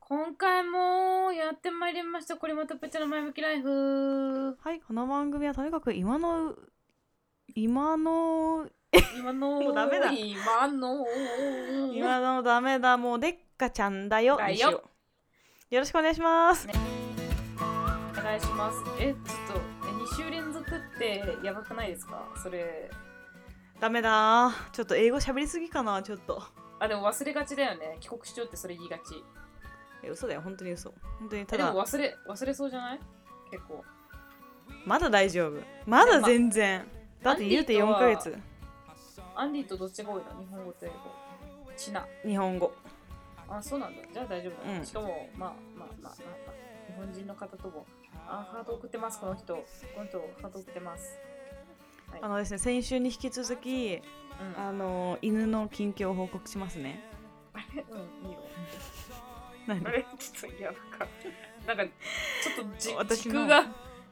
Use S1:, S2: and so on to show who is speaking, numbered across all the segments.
S1: 今回もやってまいりました。これまたプチの前向きライフ。
S2: はい、この番組はとにかく今の今の
S1: 今の
S2: もうダメだ
S1: 今の
S2: 今のダメだもうでっかちゃんだよ
S1: だよ
S2: にしようよろしくお願いします
S1: お願いします。え、ちょっとえ二週連続ってやばくないですか？それ。
S2: ダメだちょっと英語喋りすぎかなちょっと
S1: あでも忘れがちだよね。帰国しようってそれ言いがち。
S2: え嘘だよ本当に嘘本当に
S1: え
S2: た
S1: でも
S2: だ
S1: 忘れ忘れそうじゃない？結構。
S2: まだ大丈夫まだ全然だって言うて
S1: アンディと
S2: 4
S1: は
S2: ヶ月
S1: アンディとどっちが多いの？日本語と英語。ちな。
S2: 日本語
S1: あ、そうなんだ。じゃあ大丈夫だ、
S2: うん
S1: しかも、まあまあまあまあ、まあ、日本人の方とも、あ、ハート送ってます、この人。この人、ハート送ってます。
S2: あのですね先週に引き続き
S1: うん。
S2: あの犬の近況を報告しますね
S1: うん、いいよ。
S2: 何
S1: あれ ちょっと、いや、なんか、なんか、ちょっとじ、
S2: 私
S1: 軸
S2: の
S1: が、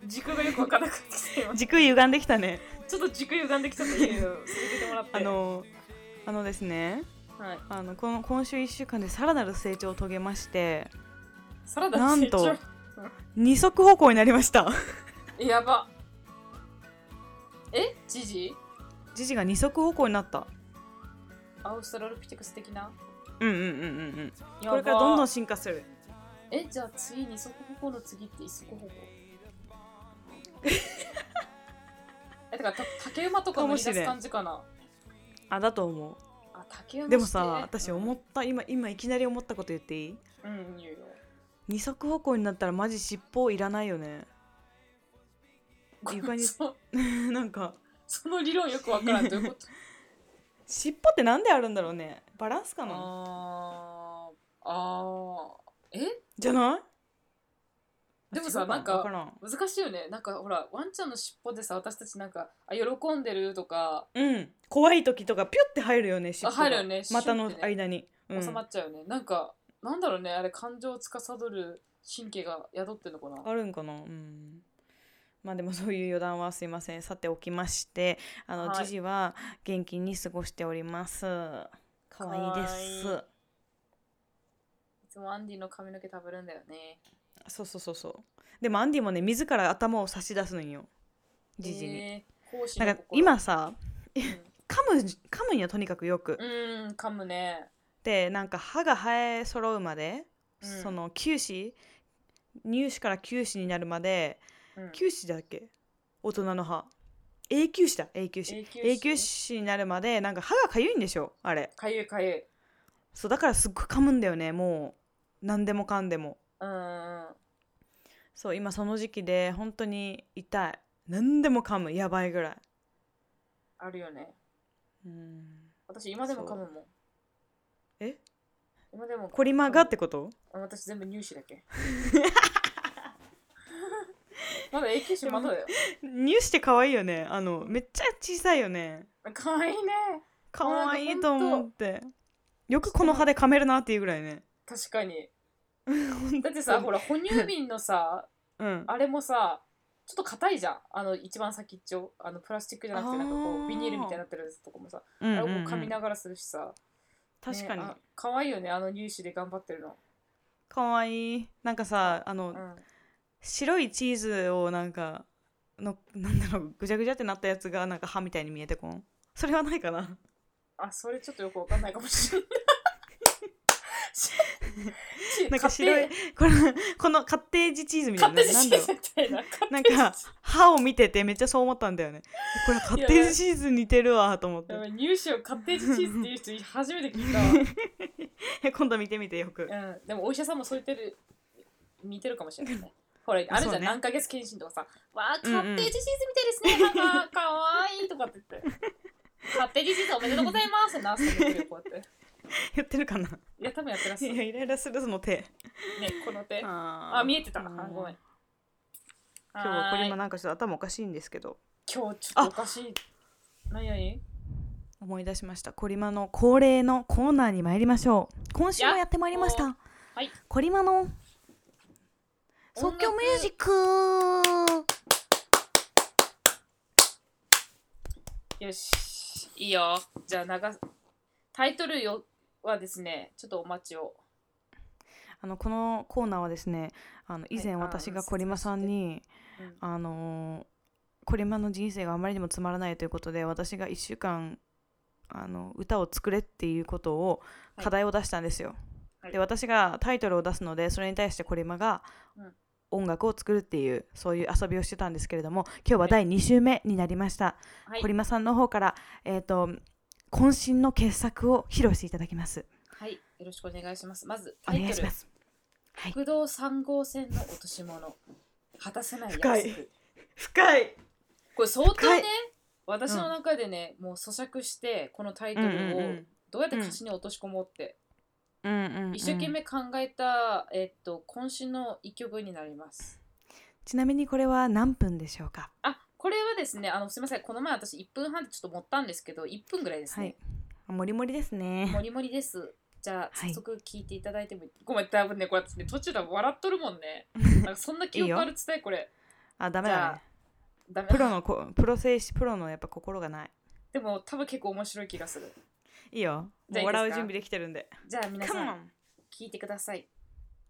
S1: 軸がよくわからなくなってきて、今
S2: 軸歪んできたね
S1: ちょっと軸歪んできたという、続けてもらって。
S2: あ、のあのですね
S1: はい。
S2: あのこの今週1週間でさらなる成長を遂げまして
S1: サラダ
S2: なんと
S1: 成
S2: 二足歩行になりました
S1: 長やば。えジジ
S2: ジジが二足歩行になった
S1: アウストラロピテクス的な
S2: うんうんうんうんうん
S1: やば
S2: これからどんどん進化する
S1: え、じゃあ次、二足歩行の次って一足歩行 え、だからた竹馬とか乗り出す感じかな。
S2: あだと思
S1: あ、竹馬
S2: うでもさ
S1: して
S2: 私思った今今いきなり思ったこと言っていい
S1: うん、言うよ。
S2: 二足歩行になったらマジ尻尾いらないよね 床に
S1: そ
S2: なんか
S1: その理論よくわからんということ。
S2: 尻尾ってなんであるんだろうねバランスか な
S1: あーあー。え
S2: じゃない
S1: でも
S2: 違
S1: さ、
S2: うか
S1: なんか、
S2: わからん
S1: 難しいよね。なんかほら、ワンちゃんの尻尾でさ、私たちなんか、あ、喜んでるとか、
S2: うん怖い時とかピュって入るよね尻尾が
S1: 入るよね
S2: 股
S1: シュッ
S2: の
S1: てね
S2: 間に、うん
S1: 収まっちゃうよね。なんか、なんだろうね、あれ、感情を司る神経が宿ってんのかな。
S2: あるんかなうんまあでもそういう余談はすいませんさておきましてあの、
S1: はい
S2: ジジは元気に過ごしております可愛いです
S1: かわいつもアンディの髪の毛食べるんだよね。
S2: そうそうそうそうでもアンディもね自ら頭を差し出すのよジジに、
S1: えー、講師
S2: な
S1: の
S2: んか
S1: 心
S2: 今、さ
S1: うん
S2: 噛む噛むにはとにかくよ
S1: う
S2: く、
S1: ーん、噛むね。
S2: でなんか歯が生え揃うまで、
S1: うん
S2: その臼歯乳歯から臼歯になるまで
S1: うん、
S2: 臼歯だっけ大人の歯永久歯だ永久歯
S1: 永久歯
S2: 永久歯になるまでなんか歯が痒いんでしょあれ
S1: かゆいかゆい。う
S2: そうだからすっごい噛むんだよねもう何でもかんでも
S1: ーん。
S2: そう今その時期で本当に痛い何でも噛むやばいぐらい
S1: あるよね。
S2: うん
S1: 私、今でも噛むもん。
S2: え
S1: 今でも噛む
S2: コリマがってこと
S1: あ私、全部乳歯だけ。 まだ永久歯まだだよ。
S2: 乳歯って可愛いよねあのめっちゃ小さいよね
S1: かわいいね。
S2: 可愛い
S1: あー
S2: と思ってよくこの歯で噛めるなっていうぐらいね
S1: 確か に。だってさ、ほら、哺乳瓶のさ、
S2: うん
S1: あれもさ、ちょっと硬いじゃん。あの、一番先っちょ。あの、プラスチックじゃなくて、なんかこ
S2: あー
S1: う、ビニールみたいになってるやつとかもさ、
S2: う
S1: あ
S2: ん
S1: れ
S2: う
S1: を
S2: んうん
S1: 噛みながらするしさ。
S2: 確かに
S1: ねあ可愛いよね、あの乳歯で頑張ってるの。
S2: 可愛いなんかさあの
S1: うん。
S2: 白いチーズをなんかのなんだろうぐちゃぐちゃってなったやつがなんか歯みたいに見えてこんそれはないかな
S1: あ、それちょっとよくわかんないかもしれない。ち
S2: なんか白い
S1: カッテ
S2: これこのカッテージチーズみ
S1: ー
S2: た
S1: カ
S2: い
S1: ッ
S2: な
S1: テー
S2: な
S1: ジ
S2: ん
S1: チ
S2: だ
S1: ーズみた
S2: ろう
S1: いな。
S2: なんか歯を見ててめっちゃそう思ったんだよねこれカッテージチーズ似てるわと思って
S1: でも乳歯をカッテージチーズっていう人初めて聞い
S2: 今度見てみてよく
S1: たわ。うん。でもお医者さんもそう言ってる、似てるかもしれないね。ほら、あるじゃ
S2: そ
S1: ん、
S2: うね
S1: 何ヶ月検診とかさ、わあ、カ
S2: うんうん
S1: ッテージチーズみたいですね、なんか、かわいいとかって言って。カッテージチーズおめでとうございますってナースが言ってるよ、こうやって。
S2: やってるかない
S1: や、多分やってらっ
S2: い
S1: しゃる。
S2: や
S1: ね、
S2: イライラするその手
S1: この手。
S2: あ
S1: あ、見えてた。あ、ごめん。
S2: 今日はこ
S1: は
S2: れ今
S1: ーい
S2: なんかちょっと頭おかしいんですけど
S1: 今日ちょっとおかしい。何やに
S2: 思い出しましたコリマの恒例のコーナーに参りましょう今週もやってまいりまし
S1: や
S2: た
S1: はい
S2: コリマの即興ミュージック
S1: よし。いいよ。じゃあ、流す。タイトルよはですね、ちょっとお待ちを。
S2: あのこのコーナーはですねあの以前
S1: あー
S2: 私が
S1: 説明
S2: コリマさんに、
S1: うん
S2: あのーこれまの人生があまりにもつまらないということで私が1週間あの歌を作れっていうことを
S1: はい
S2: 課題を出したんですよ、
S1: はい
S2: で私がタイトルを出すのでそれに対してこれまが
S1: うん
S2: 音楽を作るっていうそういう遊びをしてたんですけれども今日は第2週目になりました、
S1: はい
S2: コリマさんの方からえっ、と渾身の傑作を披露していただきます
S1: はい、よろしくお願いします。まず、
S2: お
S1: タ
S2: 願
S1: イ
S2: い
S1: ト
S2: し
S1: ル
S2: ま、すはい
S1: 国道3号線の落とし物、果たせない約
S2: 深
S1: 束。
S2: い深い
S1: これ相当
S2: 深い
S1: ね、私の中でね、もう咀嚼して、このタイトル
S2: うんうんう
S1: を
S2: ん
S1: どうやって歌詞に落とし込もうって、
S2: うんうんうん
S1: 一生懸命考えた、えっと、渾身の一曲になります。
S2: ちなみにこれは何分でしょうか
S1: あ、これはですね、あの、すみません、この前私1分半でちょっと持ったんですけど、1分ぐらいです
S2: は
S1: ね
S2: い。もりもりですね
S1: もりもりです。じゃあ、
S2: はい
S1: 早速聞いていただいてもいい、ごめん、多分ね、これ私ね、途中で笑っとるもん ね。なんかそんな記憶ある伝え、これ。
S2: あダメだ
S1: じゃ
S2: ね
S1: あダメ
S2: プロのこプロ精神プロのやっぱ心がない
S1: でも多分結構面白い気がする。
S2: いいよ
S1: じゃあいいですか
S2: もう笑う準備できてるんで
S1: じゃあ皆
S2: カ
S1: さ
S2: モ
S1: ん
S2: ン
S1: 聞いてください。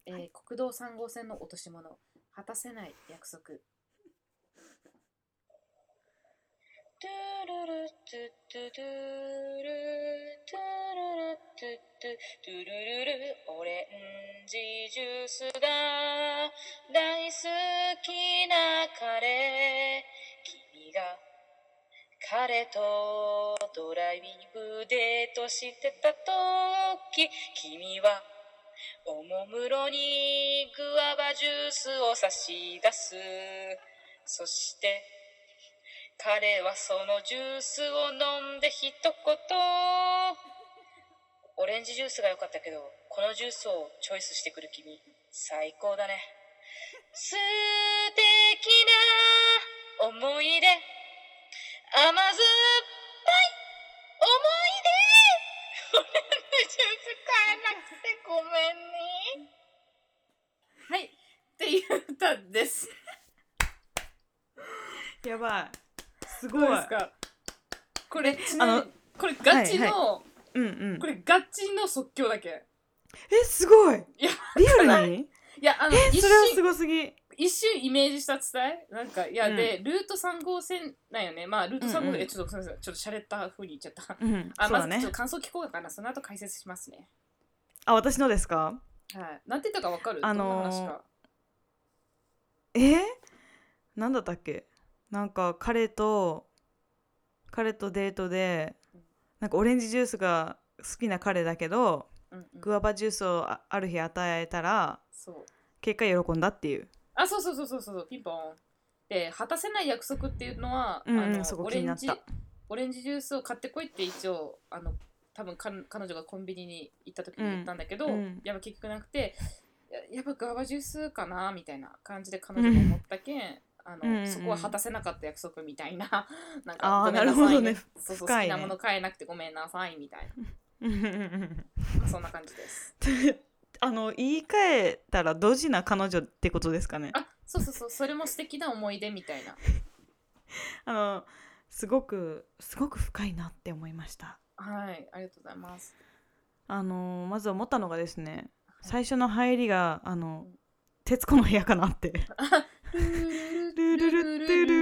S1: えー国道3号線の落とし物、果たせない約束。
S3: トゥルルトゥトゥトゥルトゥルルトゥトゥトゥルルルオレンジジュースが大好きな彼君が彼とドライブデートしてた時君はおもむろにグアバジュースを差し出すそして彼はそのジュースを飲んで一言オレンジジュースが良かったけどこのジュースをチョイスしてくる君最高だね素敵な思い出甘酸っぱい思い出オレンジジュース買えなくてごめんね
S1: はい。っていう歌です。
S2: やばいす
S1: ど
S2: ご
S1: う
S2: い
S1: ですかこれ、ちなみに
S2: あの
S1: これガチの、
S2: はいうんうん
S1: これガチの即興だけ。
S2: えすごい
S1: いや
S2: リアルなに
S1: いや、あの、
S2: え
S1: 一
S2: それはす
S1: 瞬、
S2: ごすぎ
S1: 一瞬イメージした伝えなんか、いや、
S2: うん
S1: で、ルート3号線なんよね。まあ、ルート3号線、
S2: うんうん
S1: え、ちょっとすみません。ちょっと洒落た風に言っちゃった。
S2: うん
S1: あ、
S2: そうだ
S1: まずちょっ
S2: ね
S1: と感想聞こうかな。その後解説しますね。
S2: あ私のですか
S1: はい。なんて言ったかわかる
S2: あの
S1: どん
S2: ー
S1: な話か。
S2: えなんだったっけなんか彼と彼とデートでなんかオレンジジュースが好きな彼だけど
S1: うんうん
S2: グアバジュースをあある日与えたら
S1: そう。
S2: 結果喜んだっていう
S1: あ、そうそうそうそうそう、ピンポン。で、果たせない約束っていうのは、
S2: うんうん
S1: あの
S2: そこ
S1: オ
S2: 気
S1: レ
S2: にな
S1: ン
S2: っ
S1: ジ
S2: た
S1: オレンジジュースを買ってこいって一応、あの多分か彼女がコンビニに行った時に言ったんだけど、
S2: うんうん
S1: やっぱ結局なくて、ややっぱガバジュースかなみたいな感じで彼女が思ったけん。あの
S2: うんうん
S1: そこは果たせなかった約束みたいな なんか
S2: あ
S1: ご
S2: ー
S1: めんなさい
S2: なるほどね
S1: そうそう好
S2: 深い
S1: き
S2: ね
S1: なもの買えなくてごめんなさいみたいな、まあ、そんな感じです
S2: あの言い換えたらドジな彼女ってことですかね
S1: あそうそうそうそれも素敵な思い出みたいな
S2: あのすごくすごく深いなって思いました
S1: はいありがとうございます
S2: あのまず思ったのがですね
S1: い
S2: 最初の入りがあの
S1: うん
S2: 「徹子の部屋」かなって
S1: ル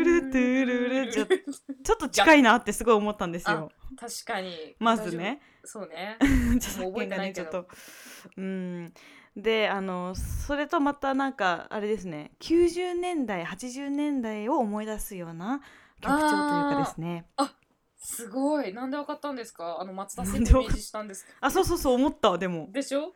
S2: ちょっと近いなってすごい思ったんです
S1: あ
S2: よ
S1: 確かに
S2: まずね
S1: そうね
S2: ちょっと
S1: もう覚えてない
S2: ち
S1: け
S2: ょっ
S1: ど
S2: とうんであのそれとまたなんかあれですね90年代80年代を思い出すような曲調というかですね
S1: すごいなんでわかったんですかあの松田聖
S2: なん
S1: 子
S2: で
S1: イ
S2: わ
S1: メ
S2: か
S1: ージしたんです
S2: あそうそうそう思ったでも
S1: でしょ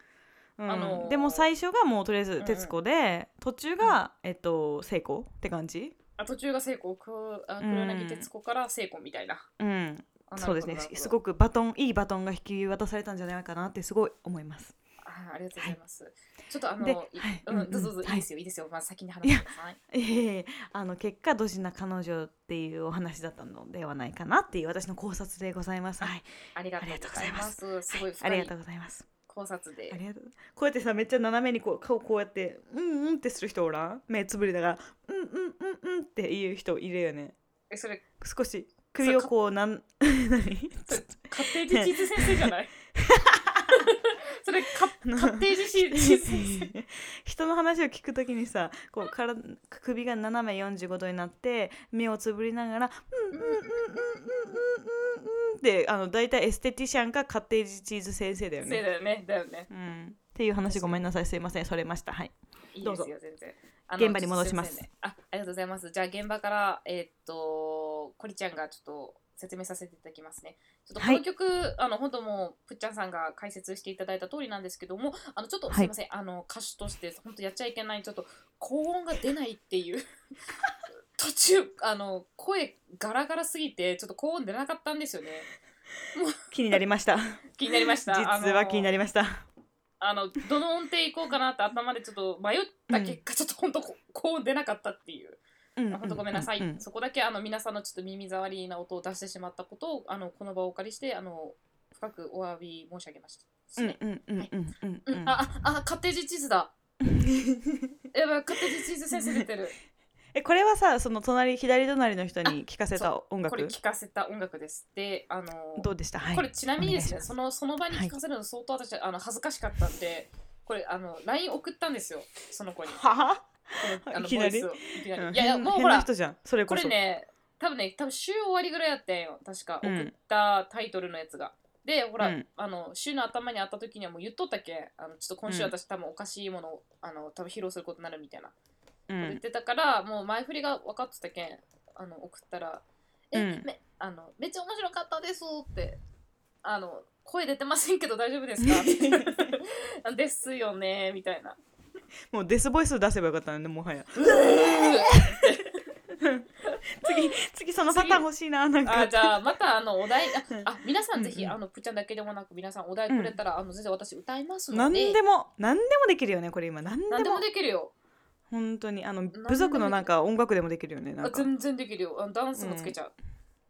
S2: うん
S1: あのー
S2: でも最初がもうとりあえ
S1: うんう
S2: ず
S1: ん
S2: 徹子で、途中が、えっと聖子って感じ
S1: あ途中が聖子黒柳徹子から聖子みたいな
S2: うん
S1: あ
S2: そうですねすご
S1: く
S2: くバトンいいバトンが引き渡されたんじゃないかなってすごい思います
S1: ありがとうございますちょっとあの
S2: で
S1: い
S2: はい
S1: うんどうぞどうぞいいですよいいですよまず先に話してください
S2: えーあの結果ドジな彼女っていうお話だったのではないかなっていう私の考察でございますはい
S1: ありがとうございますすごい
S2: あ
S1: 深
S2: りが
S1: い
S2: とうございます
S1: 考察で
S2: ありがとうこうやってさめっちゃ斜めにこう顔こうやってうんうんってする人おらん目つぶりだからうんうんうんうんっていう人いるよね
S1: えそれ
S2: 少し首をこうなん 何
S1: 家庭でチーズ先生じゃないそれれカ
S2: な
S1: カッテージシーズン先生
S2: 人の話を聞くときにさこうから首が斜め45度になって目をつぶりながら「うんうんうんうんうんうんうん」ってあの大体エステティシャンかカッテージチーズ先生だよ
S1: そう
S2: ね。
S1: だよねだよね
S2: うん、っていう話ごめんなさいすいませんそれましたはい。
S1: いい
S2: ど
S1: で
S2: う
S1: す
S2: ぞ
S1: よ全然あの
S2: 現場に戻します
S1: ちょっといせんねあありがとうございますじゃあ現場からえーっとコリちゃんがちょっと説明させていただきますねちょっとこ
S2: は
S1: の
S2: い
S1: 曲、あの本当もうぷっちゃんさんが解説していただいた通りなんですけどもあのちょっと
S2: はい
S1: すいません、あの歌手として本当やっちゃいけないちょっと高音が出ないっていう 途中あの声ガラガラすぎてちょっと高音出なかったんですよね
S2: 気になりました
S1: 気になりました
S2: 実は気にな
S1: り
S2: りました。
S1: あのどの音程いこうかなって頭でちょっと迷った結果、ちょっと本当こ高音出なかったっていう
S2: うん
S1: 本当ごめんなさい、
S2: うう
S1: そこだけあの皆さんのちょっと耳障りな音を出してしまったことをあのこの場をお借りしてあの深くお詫び申し上げました。
S2: うんうんうんうんうん
S1: う
S2: うんん。
S1: あああカッテージチーズ だ。やばいカッテージチーズ先生出てる。
S2: えこれはさその隣左隣の人に聞かせ
S1: あ
S2: た音
S1: これ
S2: 楽
S1: 聞かせた音楽です。であの
S2: どうでしたはい
S1: こ。れちなみにです
S2: お
S1: ね
S2: 願いします
S1: そのその場に聞かせるの相当私、あの恥ずかしかったんでこれあの LINE 送ったんですよその子に。こ
S2: は
S1: のあの
S2: いきなり
S1: ボイスをいきなり
S2: うん
S1: いやいや
S2: 変
S1: もうほ
S2: 変な
S1: ら
S2: 人じゃんそれ
S1: こ
S2: こそ。
S1: れね多分ね多分週終わりぐらいやったんよ確か
S2: う
S1: 送
S2: ん
S1: ったタイトルのやつが、でほら、
S2: うん
S1: あの週の頭にあった時にはもう言っとったけあのちょっと今週
S2: うん
S1: 私、多分おかしいものをあの多分披露することになるみたいな、
S2: う
S1: 言っ
S2: ん
S1: てたからもう前振りが分かってたけんあの送ったら「え、
S2: うん
S1: めあのめっちゃ面白かったです」ってあの声出てませんけど大丈夫です か って言ってですよねみたいな
S2: もうデスボイス出せばよかったのねもはや次次そのパターン欲しいななんか
S1: あじゃあまたあのお題あ
S2: うん
S1: あ皆さんぜひ、
S2: うんうん
S1: あのプッチャンだけでもなく皆さんお題くれたら、あの全然私歌いますの
S2: 何
S1: で
S2: でも何でもできるよねこれ今何でも
S1: 何でもできるよ
S2: 本当にあの
S1: でも
S2: 部族のなんか音楽でもできるよねな
S1: あ
S2: んか
S1: 全然できるよあのダンスもつけちゃう、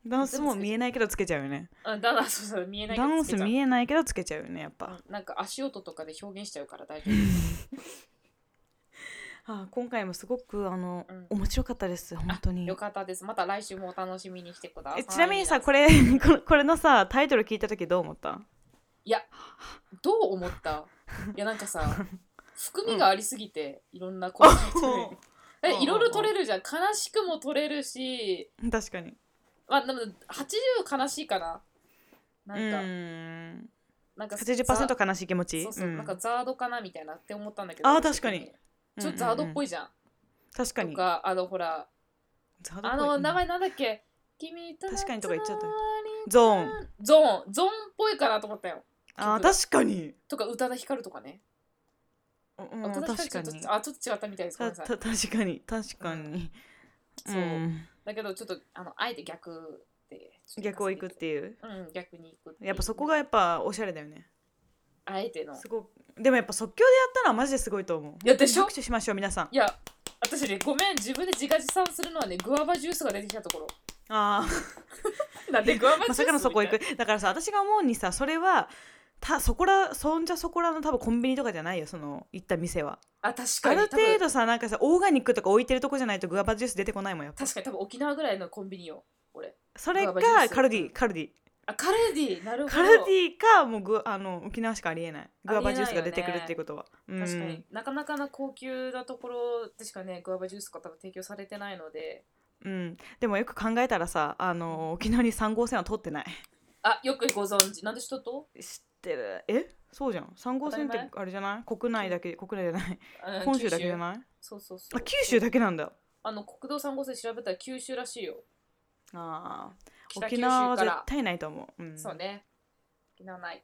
S2: ダンスも見えないけどつけちゃうよね
S1: あダンスそうそう見えないけ
S2: ダ
S1: ど
S2: ン
S1: つけ
S2: ス
S1: ちゃう
S2: 見えないけどつけちゃうよねやっぱ
S1: うんなんか足音とかで表現しちゃうから大丈夫
S2: あ今回もすごくあの
S1: うん
S2: 面白かったです本当に
S1: よかったですまた来週もお楽しみにしてくださ
S2: え
S1: い
S2: ちなみにさこれ このこれのさタイトル聞いた時どう思った
S1: どう思ったいやなんか さ含みがありすぎて、いろんなこと えいろいろ取れるじゃん悲しくも取れるし
S2: 確かに
S1: まあでも80悲しいかな
S2: う
S1: なんか、
S2: ーん
S1: なんかザ
S2: 80%悲しい気持ち
S1: そうそう、
S2: ん
S1: なんかザードかなみたいなって思ったんだけど
S2: あー確かに
S1: ちょっとザードっぽ
S2: い
S1: いじゃん,、
S2: 確かに
S1: とかあのほら
S2: ザードっぽい
S1: あの
S2: うん
S1: 名前なんだっけ君との
S2: 確かにとか言っちゃったよ
S1: つな
S2: ゾー
S1: が
S2: ン
S1: りゾーンゾーンっぽいかなと思ったよ曲
S2: あー
S1: が
S2: 確かに
S1: とか宇多田ヒカルとかね、
S2: うん
S1: 宇多田ヒカ
S2: 確か
S1: ルちょ
S2: に
S1: っとあちょっと違ったみたいですごめ
S2: た
S1: んなさい
S2: た確かに確かに
S1: そう、
S2: ん
S1: だけどちょっとあのあえて逆で
S2: 逆を行くっていう
S1: うん逆に行くていう
S2: やっぱそこがやっぱおしゃれだよね
S1: あえての
S2: すごくでもやっぱ即興でやったのはマジですごいと思う
S1: いやでしょ
S2: 拍手しましょう皆さん
S1: いや私ねごめん自分で自画自賛するのはねグアバジュースが出てきたところ
S2: あー
S1: なんでグアバジュース
S2: まさかのそこ行
S1: み
S2: くだからさ私が思うにさそれはたそこらそんじゃそこらの多分コンビニとかじゃないよその行った店は
S1: たいなあ確か
S2: あ
S1: に
S2: る
S1: 多分
S2: 程度さなんかさオーガニックとか置いてるとこじゃないとグアバジュース出てこないもんやっぱ
S1: 確かに多分沖縄ぐらいのコンビニよ俺
S2: それ
S1: グアバ
S2: か
S1: ジュース
S2: カルディカルディ
S1: あカルディなるほど
S2: カルディかもうグあの沖縄しかありえないグアバジュースが出てくるっていうことは、うん
S1: 確かになかなかな高級なところでしかねグアバジュースが多分提供されてないので
S2: うん、でもよく考えたらさあの沖縄に3号線は通ってない
S1: あよくご存知なんでしとっと
S2: 知ってるえそうじゃん3号線っ
S1: 当たり
S2: てあれじゃない国内だけ国内じゃない
S1: あ
S2: 本州だけじゃ
S1: い
S2: ない
S1: そうそうそう
S2: あ九州だけなんだ
S1: あの国道3号線調べたら九州らしいよ
S2: あー
S1: 北九
S2: 沖
S1: 州
S2: 縄は
S1: か
S2: 絶
S1: ら
S2: 対ないと思う、うん、
S1: そうね沖縄ない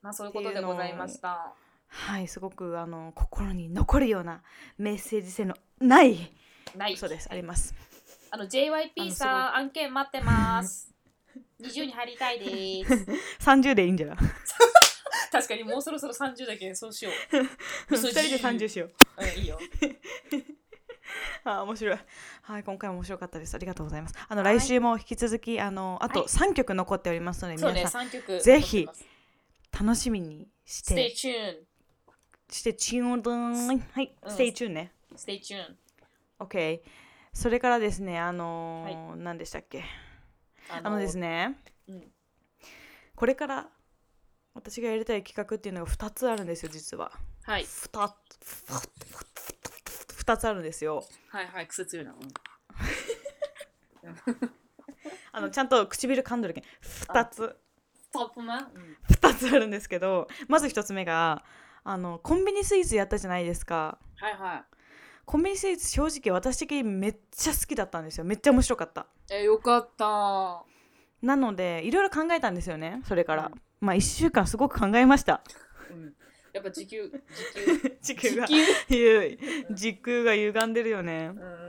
S1: まあそういうことでございました
S2: はいすごくあの心に残るようなメッセージ性のない
S1: ない
S2: そうですあります
S1: あの JYP さん案件待ってます20に入りたいです
S2: 30でいいんじゃない
S1: 確かにもうそろそろ30だけどそうしよう
S2: 2人で30しよう
S1: うんいいよ
S2: あー面白い。はい、今回も面白かったです。ありがとうございます。あの、
S1: はい
S2: 来週も引き続き、あの、あ
S1: は
S2: と
S1: い
S2: 三曲残っておりますので、
S1: そうね
S2: 皆さ
S1: 3曲
S2: ぜひ
S1: 残ってます
S2: ん楽しみにし
S1: Stay
S2: て、
S1: tuned
S2: して、チューン、はい、
S1: うん
S2: ステイチューンね。
S1: Stay tuned
S2: OK。それからですね、あのー何でしたっけ
S1: あ
S2: あのですね、
S1: うん
S2: これから私がやりたい企画っていうのが2つあるんですよ実は
S1: はい
S2: 2つ2つあるんですよ
S1: はいはい癖強いなうん
S2: あのちゃんと唇噛んどるけん2つ
S1: トップマン、うん、
S2: 2つあるんですけどまず1つ目があのコンビニスイーツやったじゃないですか
S1: はいは
S2: コンビニスイーツ正直私的にめっちゃ好きだったんですよめっちゃ面白かった
S1: いえよかった
S2: なのでいろいろ考えたんですよねそれから
S1: う
S2: まあ1週間すごく考えました
S1: うんやっぱ時給時給
S2: 時
S1: 時
S2: 給
S1: 給
S2: が時空が歪んでるよね
S1: うんうん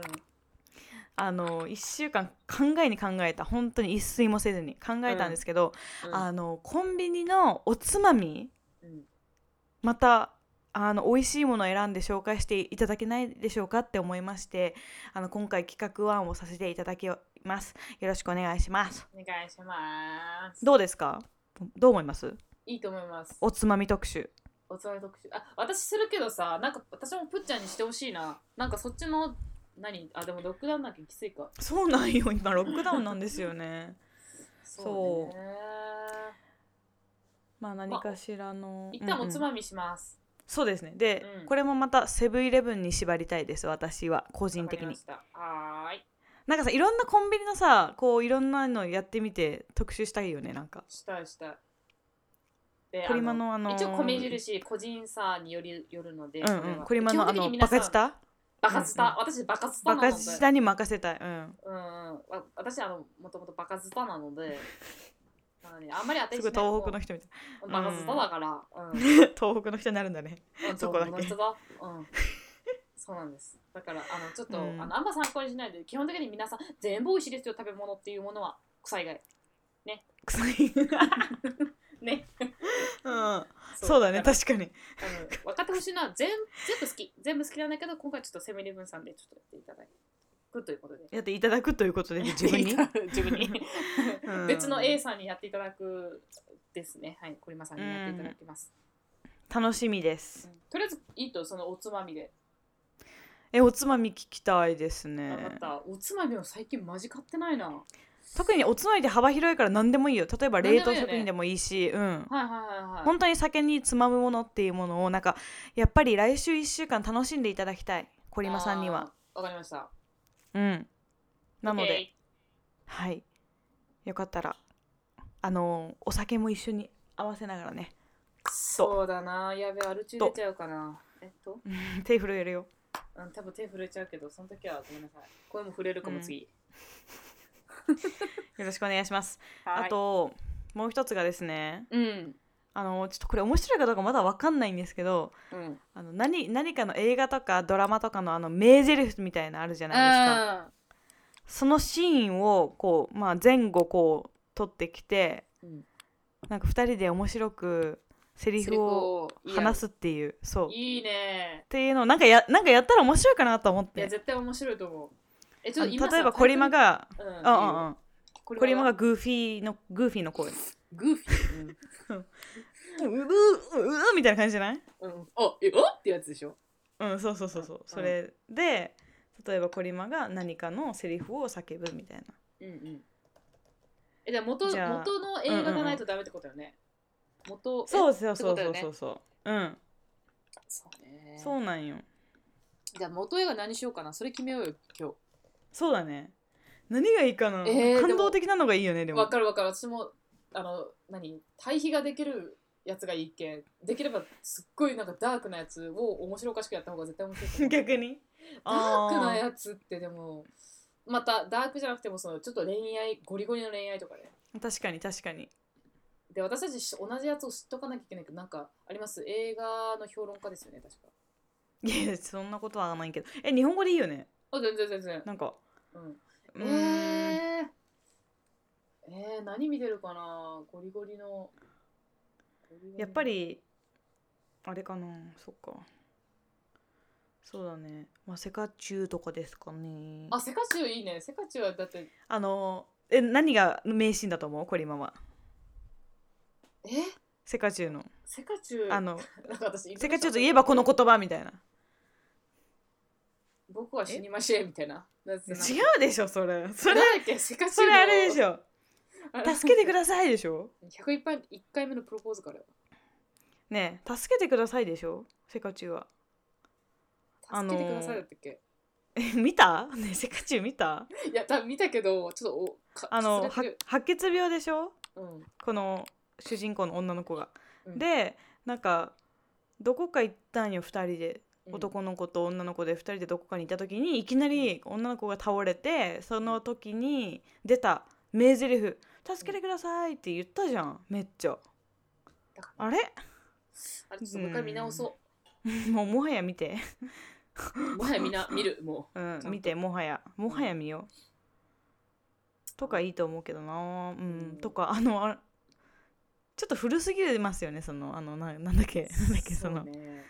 S2: あの1週間考えに考えた本当に一睡もせずに考えたんですけど、あのコンビニのおつまみ
S1: うん
S2: またあの美味しいものを選んで紹介していただけないでしょうかって思いましてあの今回企画案をさせていただきますよろしくお願いします
S1: お願いします
S2: どうですかどう思います
S1: いいと思います
S2: おつまみ特集
S1: おつまみ特集あ私するけどさなんか私もぷっちゃんにしてほしいななんかそっちの何あでもロックダウンだけきついか
S2: そうなんよ今ロックダウンなんですよねそう
S1: ね
S2: まあ何かしらの、
S1: 一旦おつ
S2: み
S1: まみします、
S2: そうですねで、
S1: うん
S2: これもまたセブンイレブンに縛りたいです私は個
S1: わ
S2: 人
S1: か
S2: 的
S1: りま
S2: に
S1: したはーい
S2: なんかさいろんなコンビニのさこういろんなのやってみて特集したいよねなんか
S1: したいしたいで
S2: コリマのあの
S1: 一応米印個人差によりよるので、
S2: う
S1: これ
S2: んうん
S1: は
S2: これ今のあ
S1: 基本的
S2: の
S1: に皆
S2: バ
S1: さん
S2: カ舌
S1: バカスタ、
S2: うんうん
S1: 私バカスタ
S2: バ
S1: なので
S2: カ舌に任せたいうん
S1: うんうんわ私あのもともとバカスタなのでなのであんまり当て
S2: す
S1: に
S2: ご
S1: し
S2: い
S1: ない
S2: 東北の人みたい
S1: うんバカスタだから、うん
S2: 東北の人になるんだね
S1: うん
S2: そこだけ
S1: の人だ。うん。そうなんです。だから、あの、ちょっと、
S2: うん
S1: あの、あんま参考にしないで、基本的に皆さん、全部美味しいですよ、食べ物っていうものは、臭い以外。
S2: 臭い
S1: ね。
S2: うんそうだね
S1: から
S2: 確かに
S1: あの分かってほしいのは、全全部好き。全部好きなんだけど、今回ちょっとセミリブンさんで、ちょっとやっていただくということで。
S2: やっていただくということで自分に
S1: 自分に。
S2: うん
S1: 別の A さんにやっていただくですね。はい、コリマさんにやっていただきます。
S2: 楽しみです
S1: うんとりあえず、いいと、そのおつまみで。
S2: えおつまみ聞きたいですね
S1: 分かった。おつまみも最近マジ買ってないな。
S2: 特におつまみって幅広いから何でもいいよ例えば冷凍
S1: 何でもいいよ
S2: 食
S1: ね
S2: 品でもいいしう
S1: はい
S2: ん
S1: はいはいはい。
S2: 本当に酒につまむものっていうものをなんかやっぱり来週1週間楽しんでいただきたいコリマさんには
S1: あー。わかりました。
S2: うんなので、
S1: OK。
S2: はいよかったらあのーお酒も一緒に合わせながらねそ
S1: そうだな。やべ、アル中出ちゃうかな。えっと、
S2: う 手震えるよ
S1: うん、多分手震えちゃうけど、その時はごめんなさい。声も震えるかも次。
S2: よろしくお願いします、
S1: はい
S2: あ、ともう一つがですね
S1: うん。
S2: あのーちょっとこれ面白いかどうかまだ分かんないんですけど
S1: うん。
S2: あの何何かの映画とかドラマとかのあの名台詞みたいなのあるじゃないですか
S1: あ
S2: そのシーンをこう、まあ、前後こう取ってきて
S1: ーうん。
S2: なんか2人で面白くセリ
S1: セリ
S2: フ
S1: フ
S2: を
S1: を
S2: 話
S1: す。
S2: すっていうそうっ
S1: いいね。
S2: ていうのをなんかやなんかやったら面白いかなと思っ
S1: いや、
S2: て
S1: 絶対面白いと思う。え、ちょ
S2: あ
S1: っと今
S2: の
S1: さ
S2: 例えばコリマ、が
S1: タイトルうん、
S2: うんう
S1: いいよ
S2: んうん
S1: コ
S2: コリマ
S1: が
S2: がグーフィーのグーフィーの声う
S1: グーフィー。
S2: るうるうみたいな感じじゃない
S1: うん。うん、あ、え、おってやつでしょ。
S2: うんそうそうそうそうそれで例えばコリマが何かのセリフを叫ぶみたいな
S1: うんうん。え、じゃあ元
S2: じゃあ
S1: 元の映画がないとダメってことよね。元、。
S2: そううそうそうそうそうそううん
S1: そうね。
S2: そうなんよ
S1: じゃあ元映画何しようかなそれ決めようよ今
S2: そうだね何がいいかな、
S1: えー
S2: 感動的なのがいいよねで
S1: 日
S2: も
S1: わかるわかる私もあの何対比ができるやつがいいけんできればすっごいなんかダークなやつを面白おかしくやった方が絶対面白いと思う
S2: 逆に
S1: ダークな
S2: あー
S1: やつってでもまたダークじゃなくてもそのちょっと恋愛ゴリゴリの恋愛とかね
S2: 確かに確かに
S1: で私たちし同じやつを知っとかなきゃいけないけどなんかあります映画の評論家ですよね確か
S2: いやそんなことはないけどえ日本語でいいよね
S1: あ全然全然
S2: なんか
S1: うん
S2: う
S1: え
S2: ーん、
S1: ー、えー、何見てるかなゴリゴリのゴリゴリの
S2: やっぱりあれかなそっかそうだねまあセカチュウとかですかね
S1: あ、セカチュウいいね。セカチュウはだって、
S2: あのえ何が名シーンだと思うこれ今は
S1: え
S2: セカチュウの
S1: セカチュウ
S2: あ、の
S1: なんか私、
S2: セカチュウといえばこの言葉みたいな
S1: 僕は死にましぇみたいな。違う
S2: 違うでしょ それそ
S1: なん
S2: れ
S1: だっけセカチュウ
S2: それあれでし
S1: ょ。
S2: ょ
S1: あの
S2: 助けてくださいでしょ
S1: 101回一回目のプロポーズからよ。
S2: ねえ助けてくださいでしょセカチュウはあのー
S1: 助けてくださいだったっけ、
S2: え見たねえセカチュウ見た
S1: いや多分見たけどちょっとおか
S2: あの
S1: 忘れて
S2: は
S1: る
S2: 白血病でしょ
S1: うん
S2: この主人公の女の子が、
S1: うん
S2: でなんかどこか行ったんよ2人で
S1: うん
S2: 男の子と女の子で2人でどこかにいた時にいきなり女の子が倒れてその時に出た名台詞助けてください」って言ったじゃんめっちゃ
S1: だか
S2: あれ
S1: らあれちょっともう一回見直そ
S2: もうもはや見て、
S1: う、もはやみん な見るも
S2: う
S1: ちゃん
S2: ん
S1: と、
S2: 見てもはやもはや見よう、とかいいと思うけどなうん、
S1: うん
S2: とかあのあちょっと古すぎますよねそのあのななんだっ
S1: う
S2: けなんだっけその
S1: うね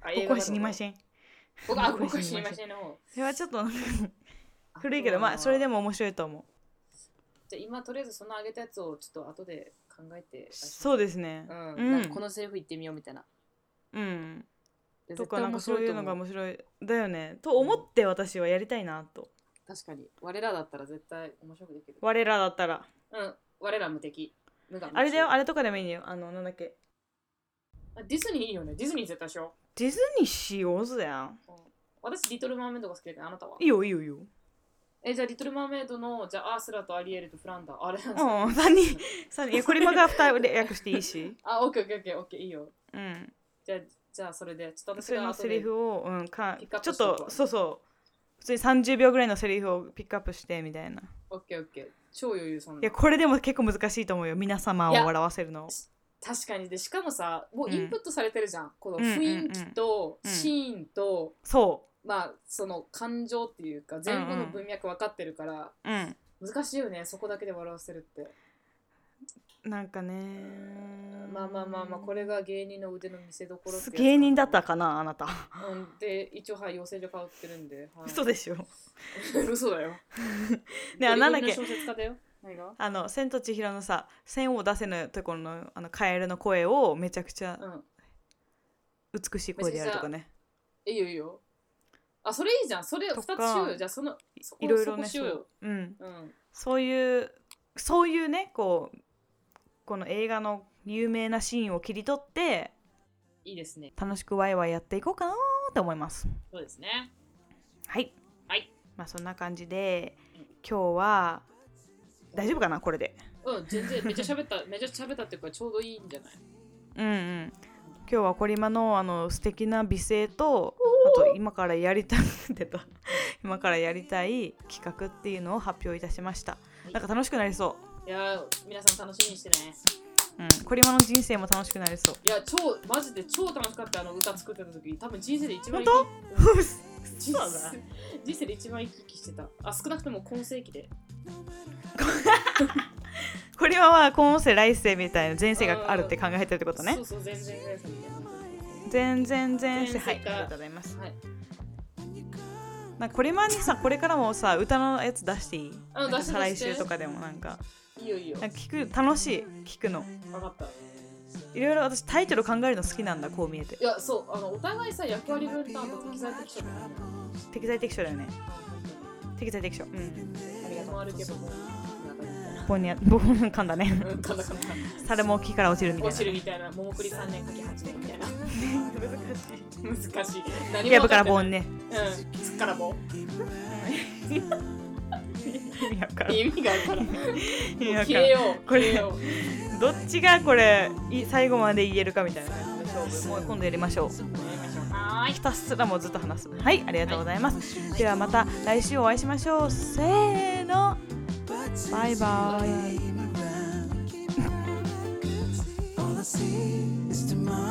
S1: あ
S2: ここは死にま
S1: ん
S2: せん。
S1: 僕はあ
S2: こ
S1: こ
S2: こは
S1: こは
S2: 死
S1: 死
S2: に
S1: に
S2: ま
S1: ま
S2: せ
S1: せんの方
S2: それはちょっと 古いけど、まあそれで
S1: も
S2: も面白いと思う。
S1: じゃあ今とりあえずその上げたやつをちょっと後で考えて
S2: そうですね。
S1: うん
S2: うん
S1: なんかこのセリフ言ってみようみたいな
S2: うん。
S1: で
S2: と
S1: 絶
S2: か
S1: 対
S2: なんか
S1: 面
S2: そう
S1: 白
S2: い
S1: いうと
S2: の
S1: 思
S2: が
S1: う
S2: 面白いだよね。と思って私はやりたいなと。
S1: 確かに我らだったら絶対面白くできる
S2: 我らだったら。
S1: うん我ら無敵無我夢中
S2: あれだよ、あれとかでもいいんだよ。あの、なんだっけ。
S1: あディズニーいいよねディズニー絶対しよ
S2: ディズニーしようぜやん。
S1: う、うん私リトルマーメイドが好きだけどあなたはい
S2: いよいいよいいよ。
S1: えじゃあリトルマーメイドのじゃあアースラとアリエルとフランダーあれなん
S2: うん、
S1: ですか
S2: 3人。三人。いや、これまが2人略してい いし。
S1: あオッケーオッケーオッケーオッケーいいよ
S2: うん。
S1: じゃあじゃあそれでちょっと
S2: そ
S1: 私
S2: れ
S1: が
S2: の
S1: 後
S2: セ
S1: で
S2: リフを、うん、か
S1: ピックアッ
S2: ちょ
S1: プ
S2: っ
S1: しとくわ
S2: と、そうそう。普通に30秒ぐらいのセリフをピックアップしてみたいな。
S1: オッケーオッケー超余裕そん
S2: い
S1: な
S2: やこれでも結構難しいと思うよ皆様を
S1: いや
S2: 笑わせるの
S1: 確かにでしかもさもう
S2: うん
S1: インプットされてるじゃん、この
S2: うんうんうん
S1: 雰囲気と
S2: うん
S1: シーンと、
S2: そ
S1: まあその感情っていうか前後の文脈分かってるから、
S2: ううん
S1: 難しいよねそこだけで笑わせるって、
S2: なんかね
S1: まあまあまあまあこれが芸人の腕の見せ所ってやつかな
S2: 芸人だったかなあなた、
S1: うんで一応はい養成所通ってるんで、はい、
S2: 嘘でしょ
S1: 嘘だよ。
S2: ねあなんだっ
S1: ゴ
S2: け
S1: リゴリの小説家だよ。何が
S2: あの「千と千尋」のさ「千を出せぬところのあのカエルの声をめちゃくちゃ
S1: うん。
S2: 美しい声でやるとかね
S1: いいよいいよ。あ、それいいじゃん。それ
S2: と
S1: 2つ
S2: か
S1: しようよ。じゃあその、そこ
S2: いろいろね
S1: そこしようよ。
S2: そう,、うん、
S1: うん。
S2: そういうそういうねこうこの映画の有名なシーンを切り取って
S1: いいですね。
S2: 楽しくワイワイやっていこうかなーって思います
S1: そうですね。
S2: はい。
S1: はい。
S2: まあそんな感じで
S1: うん、
S2: 今日は大丈夫かなこれで。
S1: うん、全然めっちゃ喋った、 めっちゃ喋ったっていうかちょうどいいんじゃない
S2: うんうん。今日はコリマのあの素敵な美声と、あと今からやりたい出た。 今からやりたい企画っていうのを発表いたしました。なんか楽しくなりそ
S1: いやー、皆さん楽しみにしてね。
S2: う。うん。コリマの人生も楽しくなりそう。
S1: いや、超、マジで超楽しかった、あの歌作ってた時多分人生で一番
S2: 本当
S1: 当
S2: そう
S1: 人
S2: だ
S1: 生人生で一番生き生きしてた。あ、少なくとも今世紀で。
S2: コリマは今世来世みたいな前世があるって考えてるってことね
S1: そう。そう、全然ぐらいさみたいな。
S2: 全然
S1: 前
S2: 前世
S1: 世か
S2: はいありがとうございます。
S1: はい。
S2: なんかコリマにさこれからもさ歌のやつ出していい？
S1: あ
S2: なんか
S1: 出して
S2: 再来
S1: 出して
S2: 週とかでもなんか。
S1: いいよいいよ
S2: な。んか聞く楽しい聞くの
S1: 分かった。
S2: いろいろ私タイトル考えるの好きなんだこう見えて
S1: いや、そう、あの、お互いさ、役割分担と適材適所だよね。
S2: 適材適所だよね適材適所うん
S1: ありがとう。歩けばもう、なんかね
S2: ボニ ャボニャ噛んだね
S1: うん、かんだかんだ。
S2: 猿も木から落ちるみたい
S1: 落
S2: な
S1: ちるみたいな、桃栗3年かけ8年みたいな。難しい。難しい。何
S2: やぶから
S1: ぼ
S2: ぼ ん。ね
S1: うん、つっからぼん。
S2: やぶから
S1: 意味がわからん。も
S2: 意味
S1: う
S2: わか
S1: 消
S2: らん
S1: えよう。
S2: これ
S1: 消えよ う。
S2: どっちがこれい最後まで言えるかみたいな感じの勝負もう今度やりましょう
S1: はーい。
S2: ひたすらもうずっと話すはいありがとうございます、ではまた来週お会いしましょうせーのバイバイ
S4: All I see is tomorrow.